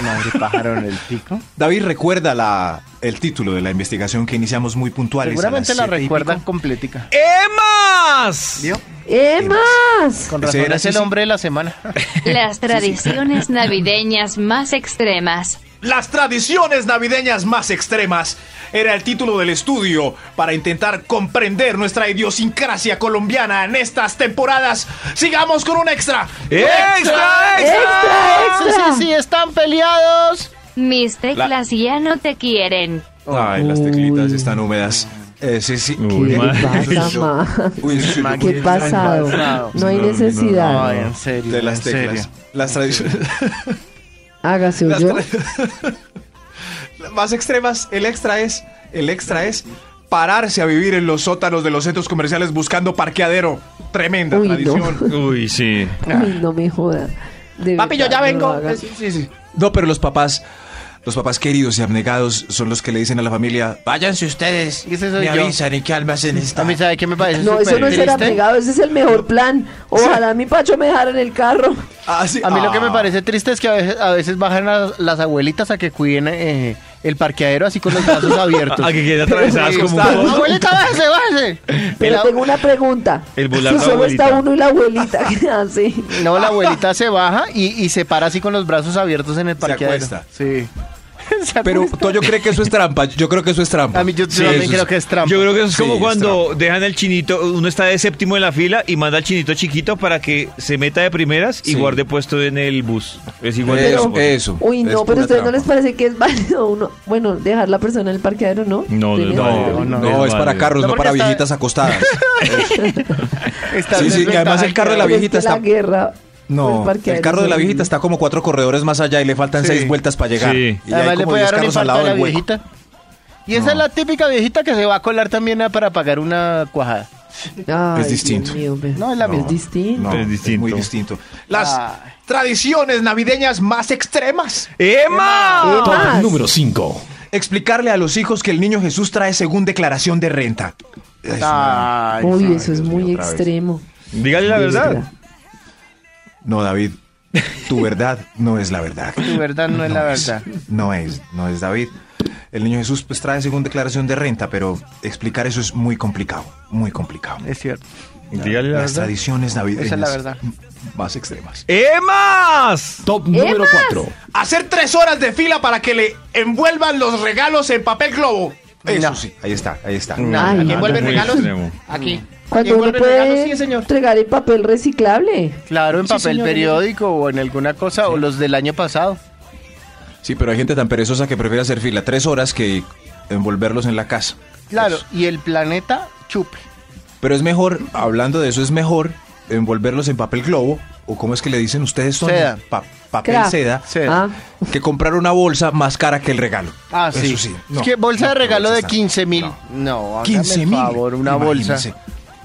Speaker 3: Madre pájaro en el pico.
Speaker 1: David recuerda la, el título de la investigación que iniciamos muy puntuales. a las
Speaker 3: Seguramente la
Speaker 1: siete y
Speaker 3: recuerdan
Speaker 1: pico.
Speaker 3: completica.
Speaker 4: ¡Emas!
Speaker 3: ¿Vio?
Speaker 5: ¡Eh, más!
Speaker 3: Con
Speaker 1: Ese
Speaker 3: razón
Speaker 1: era
Speaker 3: es el
Speaker 1: Sisi.
Speaker 3: hombre de la semana.
Speaker 2: Las tradiciones navideñas más extremas.
Speaker 1: Las tradiciones navideñas más extremas era el título del estudio para intentar comprender nuestra idiosincrasia colombiana en estas temporadas. Sigamos con un extra.
Speaker 4: ¡Extra,
Speaker 1: Ah.
Speaker 5: ¡Extra,
Speaker 3: Sí,
Speaker 5: extra!
Speaker 3: sí, sí, están peleados.
Speaker 2: Mis teclas ya no te quieren.
Speaker 1: Ay, las teclitas están húmedas. Eh, sí, sí.
Speaker 4: Uy,
Speaker 5: ¿Qué
Speaker 4: ma-
Speaker 5: le pasa, ma?
Speaker 1: Uy, sí,
Speaker 3: Max,
Speaker 1: uy,
Speaker 5: ¿Qué pasado?
Speaker 3: pasado.
Speaker 5: No hay
Speaker 1: No, no,
Speaker 5: necesidad.
Speaker 3: Ay, en serio.
Speaker 1: de las
Speaker 3: en
Speaker 1: teclas.
Speaker 3: serio.
Speaker 1: Las tradiciones
Speaker 5: Hágase
Speaker 1: las
Speaker 5: yo.
Speaker 1: tra- más extremas. El extra es, el extra es pararse a vivir en los sótanos de los centros comerciales buscando parqueadero. Tremenda
Speaker 5: Uy, no.
Speaker 1: tradición.
Speaker 4: Uy, sí.
Speaker 5: no me joda. De
Speaker 1: Ah. Papi, yo ya
Speaker 5: verdad, no
Speaker 1: vengo.
Speaker 5: lo hagas.
Speaker 1: No, pero los papás, los papás queridos y abnegados son los que le dicen a la familia, váyanse ustedes,
Speaker 3: Y ese soy
Speaker 1: me
Speaker 3: yo.
Speaker 1: avisan y qué almas en
Speaker 3: A
Speaker 1: esta.
Speaker 3: mí, ¿sabe qué me parece?
Speaker 5: No, eso
Speaker 3: súper
Speaker 5: no es ser
Speaker 3: triste?
Speaker 5: abnegado, ese es el mejor plan. Ojalá mi Pacho me dejara en el carro.
Speaker 1: Ah, sí.
Speaker 3: A mí lo que me
Speaker 1: Ah.
Speaker 3: parece triste es que a veces, a veces bajan a las abuelitas a que cuiden eh, el parqueadero así con los brazos abiertos.
Speaker 4: A, a que quede atravesadas
Speaker 1: Sí,
Speaker 4: como
Speaker 1: está.
Speaker 4: un bobo.
Speaker 3: ¡Abuelita, bájese, bájese!
Speaker 5: Pero
Speaker 3: El ab-
Speaker 5: tengo una pregunta.
Speaker 4: El volar
Speaker 5: si
Speaker 4: la
Speaker 5: solo está
Speaker 4: abuelita.
Speaker 5: uno y la abuelita, Ah, ¿qué hace?
Speaker 3: No, la abuelita se baja y, y se para así con los brazos abiertos en el parqueadero.
Speaker 1: acuesta.
Speaker 3: Sí. Se
Speaker 1: Pero
Speaker 3: acuesta.
Speaker 1: Toyo cree que eso es trampa. Yo creo que eso es trampa.
Speaker 3: A mí yo
Speaker 1: Sí,
Speaker 3: también
Speaker 1: eso
Speaker 3: creo
Speaker 1: es-
Speaker 3: que es trampa.
Speaker 4: Yo creo que eso es
Speaker 1: Sí,
Speaker 4: como
Speaker 1: es
Speaker 4: cuando dejan al chinito, uno está de séptimo en la fila y manda al chinito chiquito para que se meta de primeras y
Speaker 1: Sí.
Speaker 4: guarde puesto en el bus. Es igual de
Speaker 1: Eso,
Speaker 4: tramposo.
Speaker 1: eso.
Speaker 5: Uy,
Speaker 1: Es
Speaker 5: no, pero
Speaker 1: pura
Speaker 5: a ustedes no les
Speaker 1: trampa.
Speaker 5: parece que es válido uno. Bueno, dejar la persona en el parqueadero, ¿no?
Speaker 4: No,
Speaker 5: Tenía-
Speaker 4: no,
Speaker 1: No,
Speaker 4: no.
Speaker 1: es para carros,
Speaker 3: No,
Speaker 1: no,
Speaker 3: porque
Speaker 1: para
Speaker 3: está-
Speaker 1: viejitas acostadas.
Speaker 3: Está
Speaker 1: Sí, sí, y además el carro de la
Speaker 5: Pero es
Speaker 1: viejita
Speaker 5: que la
Speaker 1: está-
Speaker 5: guerra. por
Speaker 1: No,
Speaker 5: parqueadero
Speaker 1: el carro de la
Speaker 5: es
Speaker 1: viejita está como cuatro corredores más allá y le faltan
Speaker 3: Sí.
Speaker 1: seis vueltas para llegar.
Speaker 4: Sí.
Speaker 1: Y ya hay
Speaker 3: Además le
Speaker 1: como
Speaker 3: puede
Speaker 1: diez
Speaker 3: dar un
Speaker 1: carros al
Speaker 3: infarto
Speaker 1: lado
Speaker 3: a la
Speaker 1: del hueco.
Speaker 3: viejita. Y esa es la típica viejita que se va a colar también ah, para pagar una cuajada.
Speaker 5: horrible. Ay,
Speaker 1: Es distinto.
Speaker 5: Dios mío, ve.
Speaker 3: No, es la misma.
Speaker 5: Es distinto.
Speaker 1: No,
Speaker 4: Pero es distinto.
Speaker 1: muy distinto. Las
Speaker 3: Ay.
Speaker 1: tradiciones navideñas más extremas.
Speaker 4: ¡Emma!
Speaker 5: ¿Qué más?
Speaker 6: Número 5.
Speaker 1: Explicarle a los hijos que el niño Jesús trae según declaración de renta. Es una-
Speaker 3: Ay,
Speaker 5: Uy,
Speaker 3: sí.
Speaker 5: eso es
Speaker 1: Dios
Speaker 5: muy
Speaker 1: mío, otra vez.
Speaker 5: extremo.
Speaker 4: Dígale la verdad.
Speaker 5: Extra.
Speaker 1: No, David, tu verdad no es la verdad.
Speaker 3: Tu verdad no es la verdad.
Speaker 1: No es, no es David. El niño Jesús pues trae según declaración de renta, pero explicar eso es muy complicado, muy complicado.
Speaker 3: Es cierto.
Speaker 4: Dígale la
Speaker 1: Las
Speaker 4: verdad.
Speaker 1: tradiciones navideñas.
Speaker 3: Esa es la verdad.
Speaker 1: m- Más extremas.
Speaker 4: ¡Eh, ¡Emas!
Speaker 6: Top número 4.
Speaker 8: Hacer tres horas de fila para que le envuelvan los regalos en papel globo.
Speaker 1: Eso
Speaker 3: No.
Speaker 1: sí, ahí está, ahí está.
Speaker 5: Ay,
Speaker 8: ¿Quién
Speaker 5: no,
Speaker 8: envuelve
Speaker 4: muy
Speaker 8: regalos?
Speaker 4: extremo.
Speaker 8: Aquí.
Speaker 3: Mm.
Speaker 5: Cuando uno
Speaker 3: Envuelve regalos,
Speaker 5: puede
Speaker 3: sí, señor.
Speaker 5: entregar en papel reciclable.
Speaker 3: Claro, en
Speaker 8: Sí,
Speaker 3: papel
Speaker 8: señor.
Speaker 3: periódico o en alguna cosa, o los del año pasado.
Speaker 1: Sí, pero hay gente tan perezosa que prefiere hacer fila tres horas que envolverlos en la casa.
Speaker 3: Claro,
Speaker 1: Eso.
Speaker 3: y el planeta chupe.
Speaker 1: Pero es mejor, hablando de eso, es mejor envolverlos en papel globo, o cómo es que le dicen ustedes, Toño?
Speaker 3: Seda.
Speaker 1: Pa- papel
Speaker 5: Craft.
Speaker 1: seda,
Speaker 3: Seda.
Speaker 5: Ah.
Speaker 1: que comprar una bolsa más cara que el regalo.
Speaker 3: Ah, sí.
Speaker 1: Eso sí. no,
Speaker 3: es que bolsa
Speaker 1: no,
Speaker 3: de
Speaker 1: qué
Speaker 3: regalo
Speaker 1: bolsa
Speaker 3: de
Speaker 1: tan-
Speaker 3: 15 mil.
Speaker 1: no.
Speaker 3: No, hágame
Speaker 1: 15 mil.
Speaker 3: el favor, una bolsa.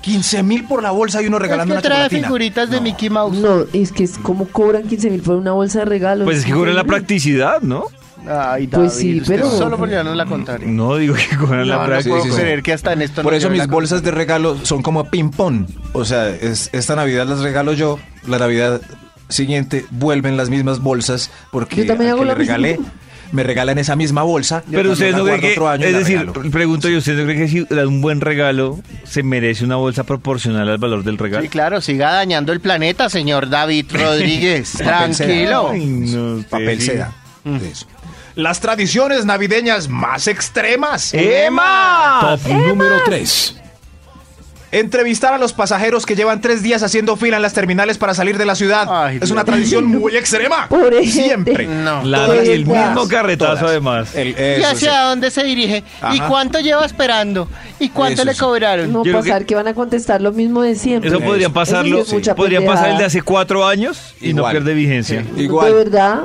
Speaker 1: 15 mil por la bolsa y uno regalando
Speaker 3: Es
Speaker 1: una
Speaker 3: que trae
Speaker 1: chocolatina.
Speaker 3: figuritas de
Speaker 1: No.
Speaker 3: Mickey Mouse.
Speaker 5: No, es que es como cobran 15 mil por una bolsa de regalos.
Speaker 4: Pues es que cobran la practicidad, ¿no?
Speaker 3: Ay, David,
Speaker 5: Pues sí,
Speaker 3: usted
Speaker 5: pero-
Speaker 3: solo por llevarnos la contraria.
Speaker 1: Mm.
Speaker 4: No digo que cobran
Speaker 3: No,
Speaker 4: la
Speaker 3: no
Speaker 4: práctica.
Speaker 3: puedo
Speaker 1: sí, sí.
Speaker 3: creer que hasta en esto
Speaker 1: Por
Speaker 3: nos
Speaker 1: eso
Speaker 3: lleve
Speaker 1: mis
Speaker 3: la
Speaker 1: bolsas de regalo son como ping-pong. O sea, es- esta Navidad las regalo yo, la Navidad siguiente vuelven las mismas bolsas porque
Speaker 5: Yo también
Speaker 1: al
Speaker 5: hago
Speaker 1: que
Speaker 5: lo
Speaker 1: le regalé,
Speaker 5: mismo.
Speaker 1: me regalan esa misma bolsa. yo
Speaker 4: Pero
Speaker 1: también
Speaker 4: ustedes
Speaker 1: la
Speaker 4: no creen
Speaker 1: guardo
Speaker 4: que,
Speaker 1: otro año y
Speaker 4: es
Speaker 1: la
Speaker 4: decir,
Speaker 1: regalo.
Speaker 4: pregunto yo, ¿ustedes no creen que si da un buen regalo se merece una bolsa proporcional al valor del regalo?
Speaker 3: Sí, claro, siga dañando el planeta, señor David Rodríguez. Tranquilo.
Speaker 1: Papel seda.
Speaker 4: no, ustedes
Speaker 1: Papel
Speaker 4: sí.
Speaker 1: seda. De eso.
Speaker 8: Las tradiciones navideñas más extremas.
Speaker 4: ¡Emma!
Speaker 6: Top número 3.
Speaker 8: Entrevistar a los pasajeros que llevan tres días haciendo fila en las terminales para salir de la ciudad.
Speaker 3: Ay,
Speaker 8: es
Speaker 3: Dios.
Speaker 8: una tradición muy extrema.
Speaker 5: Pobre
Speaker 8: Siempre.
Speaker 5: gente.
Speaker 3: No.
Speaker 4: La-
Speaker 5: Todas,
Speaker 4: el mismo
Speaker 5: todas,
Speaker 4: carretazo además.
Speaker 1: El-
Speaker 3: ¿Y
Speaker 1: eso,
Speaker 3: hacia dónde se dirige? ¿Y
Speaker 1: Ajá.
Speaker 3: cuánto lleva esperando? ¿Y cuánto
Speaker 1: Eso
Speaker 3: le
Speaker 1: sí.
Speaker 3: cobraron?
Speaker 5: No
Speaker 4: Yo creo
Speaker 5: pasar que... van a contestar lo mismo de siempre.
Speaker 4: Eso podría
Speaker 1: Eso
Speaker 4: pasarlo,
Speaker 5: es mucha
Speaker 4: podría pasar el de
Speaker 5: pendejada.
Speaker 4: hace cuatro años y no
Speaker 1: Igual.
Speaker 4: pierde vigencia.
Speaker 1: sí.
Speaker 5: De
Speaker 1: Igual.
Speaker 5: verdad,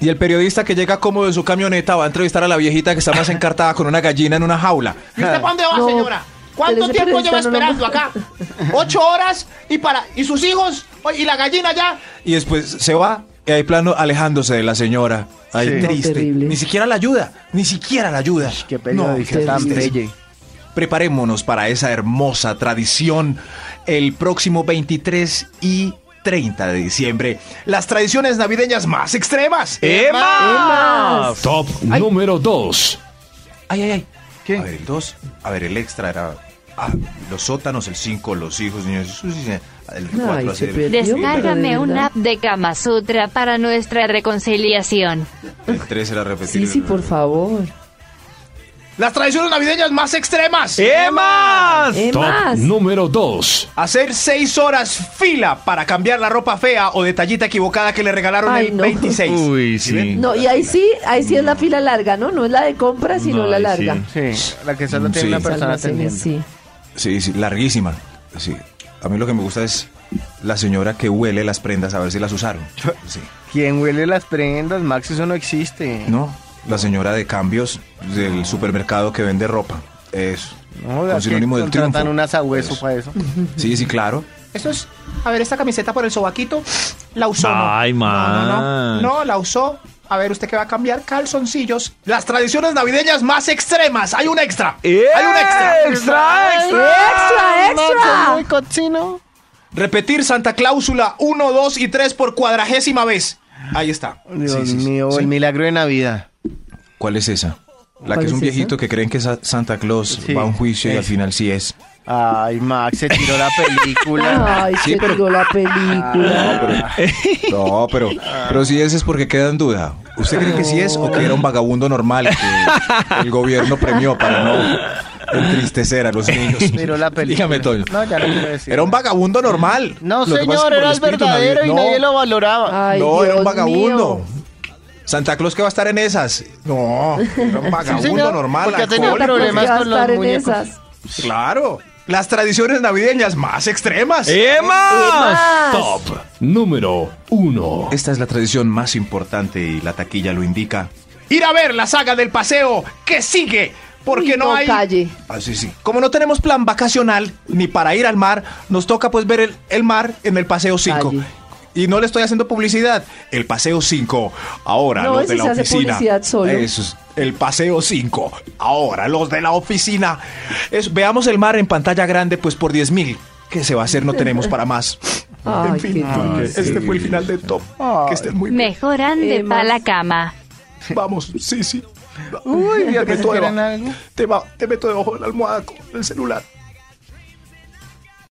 Speaker 1: Y el periodista que llega cómodo en su camioneta va a entrevistar a la viejita que está más encartada con una gallina en una jaula.
Speaker 8: ¿Y usted para dónde va,
Speaker 5: No,
Speaker 8: señora?
Speaker 5: pero
Speaker 8: ¿Cuánto
Speaker 5: ese
Speaker 8: tiempo lleva
Speaker 5: periodista no lo
Speaker 8: esperando acá? Ocho horas y para y sus hijos Oye, y la gallina ya.
Speaker 1: Y después se va y hay plano alejándose de la señora. Ahí
Speaker 3: Sí. No,
Speaker 1: triste.
Speaker 5: terrible.
Speaker 1: Ni siquiera la ayuda. Ni siquiera la ayuda.
Speaker 3: Qué
Speaker 1: No,
Speaker 3: periodista
Speaker 5: qué
Speaker 3: tan
Speaker 5: tristeza.
Speaker 3: belle.
Speaker 1: Preparémonos para esa hermosa tradición el próximo 23 y 30 de diciembre.
Speaker 8: Las tradiciones navideñas más extremas.
Speaker 4: ¡Emma!
Speaker 6: Top número 2.
Speaker 1: Ay, ay, ay.
Speaker 3: ¿Qué?
Speaker 1: A ver, el 2. A ver, el extra era. ah, los sótanos, el 5, los hijos, niños. El 4
Speaker 5: Ay,
Speaker 1: así.
Speaker 5: se perdió.
Speaker 2: Descárgame
Speaker 5: Pero de
Speaker 2: una
Speaker 5: verdad.
Speaker 2: app de Kama Sutra para nuestra reconciliación.
Speaker 1: El 3 era repetir.
Speaker 5: sí, sí, por favor.
Speaker 8: Las tradiciones navideñas más extremas.
Speaker 4: ¡Emas!
Speaker 5: Es
Speaker 6: Top
Speaker 5: más,
Speaker 6: número 2.
Speaker 8: Hacer seis horas fila para cambiar la ropa fea o detallita equivocada que le regalaron
Speaker 5: Ay,
Speaker 8: el
Speaker 5: no.
Speaker 8: 26.
Speaker 4: Uy, sí.
Speaker 5: no, y ahí sí, ahí sí es la fila larga, ¿no? No es la de compra, sino
Speaker 4: No,
Speaker 5: la
Speaker 4: ahí
Speaker 5: larga.
Speaker 4: sí.
Speaker 3: Sí, la que solo tiene
Speaker 1: Sí.
Speaker 3: una
Speaker 5: Los
Speaker 3: persona
Speaker 5: almacenes,
Speaker 3: atendiendo.
Speaker 5: sí.
Speaker 1: Sí, sí, larguísima. Sí. A mí lo que me gusta es la señora que huele las prendas a ver si las usaron. Sí.
Speaker 3: ¿Quién huele las prendas? Max, eso no existe.
Speaker 1: ¿No? La señora de cambios del supermercado que vende ropa. Eso.
Speaker 3: No,
Speaker 1: Con
Speaker 3: ¿a
Speaker 1: sinónimo
Speaker 3: quién
Speaker 1: del triunfo.
Speaker 3: contratan un asagüeso
Speaker 1: Eso.
Speaker 3: para eso.
Speaker 1: Sí, sí, claro.
Speaker 8: Eso es. A ver, esta camiseta por el sobaquito la usó. ¿no?
Speaker 4: Ay,
Speaker 8: No, No, no,
Speaker 4: Max.
Speaker 8: no, la usó. A ver, usted que va a cambiar calzoncillos. Las tradiciones navideñas más extremas. Hay un extra. Hay un extra.
Speaker 4: ¡Eh, ¡Extra,
Speaker 5: ¡Extra,
Speaker 3: Max, es
Speaker 5: extra!
Speaker 3: muy cochino.
Speaker 8: Repetir Santa Cláusula 1, 2 y 3 por cuadragésima vez. Ahí está.
Speaker 3: Dios
Speaker 1: Sí, sí, sí.
Speaker 3: mío, el milagro de Navidad.
Speaker 1: ¿Cuál es esa? La
Speaker 5: ¿Cuál
Speaker 1: que es un
Speaker 5: es esa?
Speaker 1: viejito que creen que es a- Santa Claus
Speaker 3: Sí,
Speaker 1: va a un juicio y al
Speaker 3: esa.
Speaker 1: final sí es.
Speaker 3: Ay, Max, se tiró la película.
Speaker 5: Ay, se tiró la película.
Speaker 1: No, pero, pero si es es porque queda en duda. ¿Usted cree que sí es o que era un vagabundo normal que el gobierno premió para no entristecer a los niños?
Speaker 3: Tiró la película.
Speaker 1: Dígame, Toño.
Speaker 3: No, ya no quiero decir.
Speaker 1: Era un vagabundo normal.
Speaker 3: No,
Speaker 1: Lo que pasa es
Speaker 3: señor,
Speaker 1: que por
Speaker 3: era el
Speaker 1: espíritu
Speaker 3: verdadero y
Speaker 1: navideño-
Speaker 3: nadie
Speaker 1: No.
Speaker 3: lo valoraba.
Speaker 5: Ay,
Speaker 1: Ah, no, era un
Speaker 5: Dios
Speaker 1: vagabundo.
Speaker 5: mío.
Speaker 1: Santa Claus que va a estar en esas. No, era un
Speaker 3: Sí,
Speaker 1: vagabundo
Speaker 3: señor,
Speaker 1: normal.
Speaker 3: Porque ha tenido
Speaker 1: alcohólico.
Speaker 3: problemas
Speaker 5: Ya
Speaker 3: con
Speaker 5: estar
Speaker 3: los
Speaker 5: en
Speaker 3: muñecos.
Speaker 5: esas.
Speaker 1: Claro. Las tradiciones navideñas más extremas.
Speaker 4: ¡Emas!
Speaker 6: Top número 1.
Speaker 1: Esta es la tradición más importante y la taquilla lo indica.
Speaker 8: Ir a ver la saga del paseo que sigue. Porque
Speaker 5: Uy,
Speaker 8: no, hay.
Speaker 5: calle.
Speaker 1: Así Ah, sí.
Speaker 8: Como no tenemos plan vacacional ni para ir al mar, nos toca pues ver el, el mar en el Paseo 5.
Speaker 5: Calle.
Speaker 1: Y no le estoy haciendo publicidad. El Paseo 5. Ahora
Speaker 5: No,
Speaker 1: los
Speaker 5: ese
Speaker 1: de la
Speaker 5: se hace
Speaker 1: oficina.
Speaker 5: publicidad solo.
Speaker 1: Eso es. El Paseo 5. Ahora los de la oficina. Es- veamos el mar en pantalla grande pues por 10 mil. ¿Qué se va a hacer? No tenemos para más.
Speaker 5: Ay,
Speaker 8: en fin,
Speaker 5: qué triste.
Speaker 8: este fue el final de Top. Que estén muy bien.
Speaker 2: Mejor ande
Speaker 5: Eh, Emma.
Speaker 2: para la cama.
Speaker 8: Vamos, sí, sí.
Speaker 3: Uy, vio
Speaker 8: Te
Speaker 3: que se
Speaker 8: meto
Speaker 3: quieren
Speaker 8: debajo-
Speaker 3: algo.
Speaker 8: te va- te meto debajo de la almohada con el celular.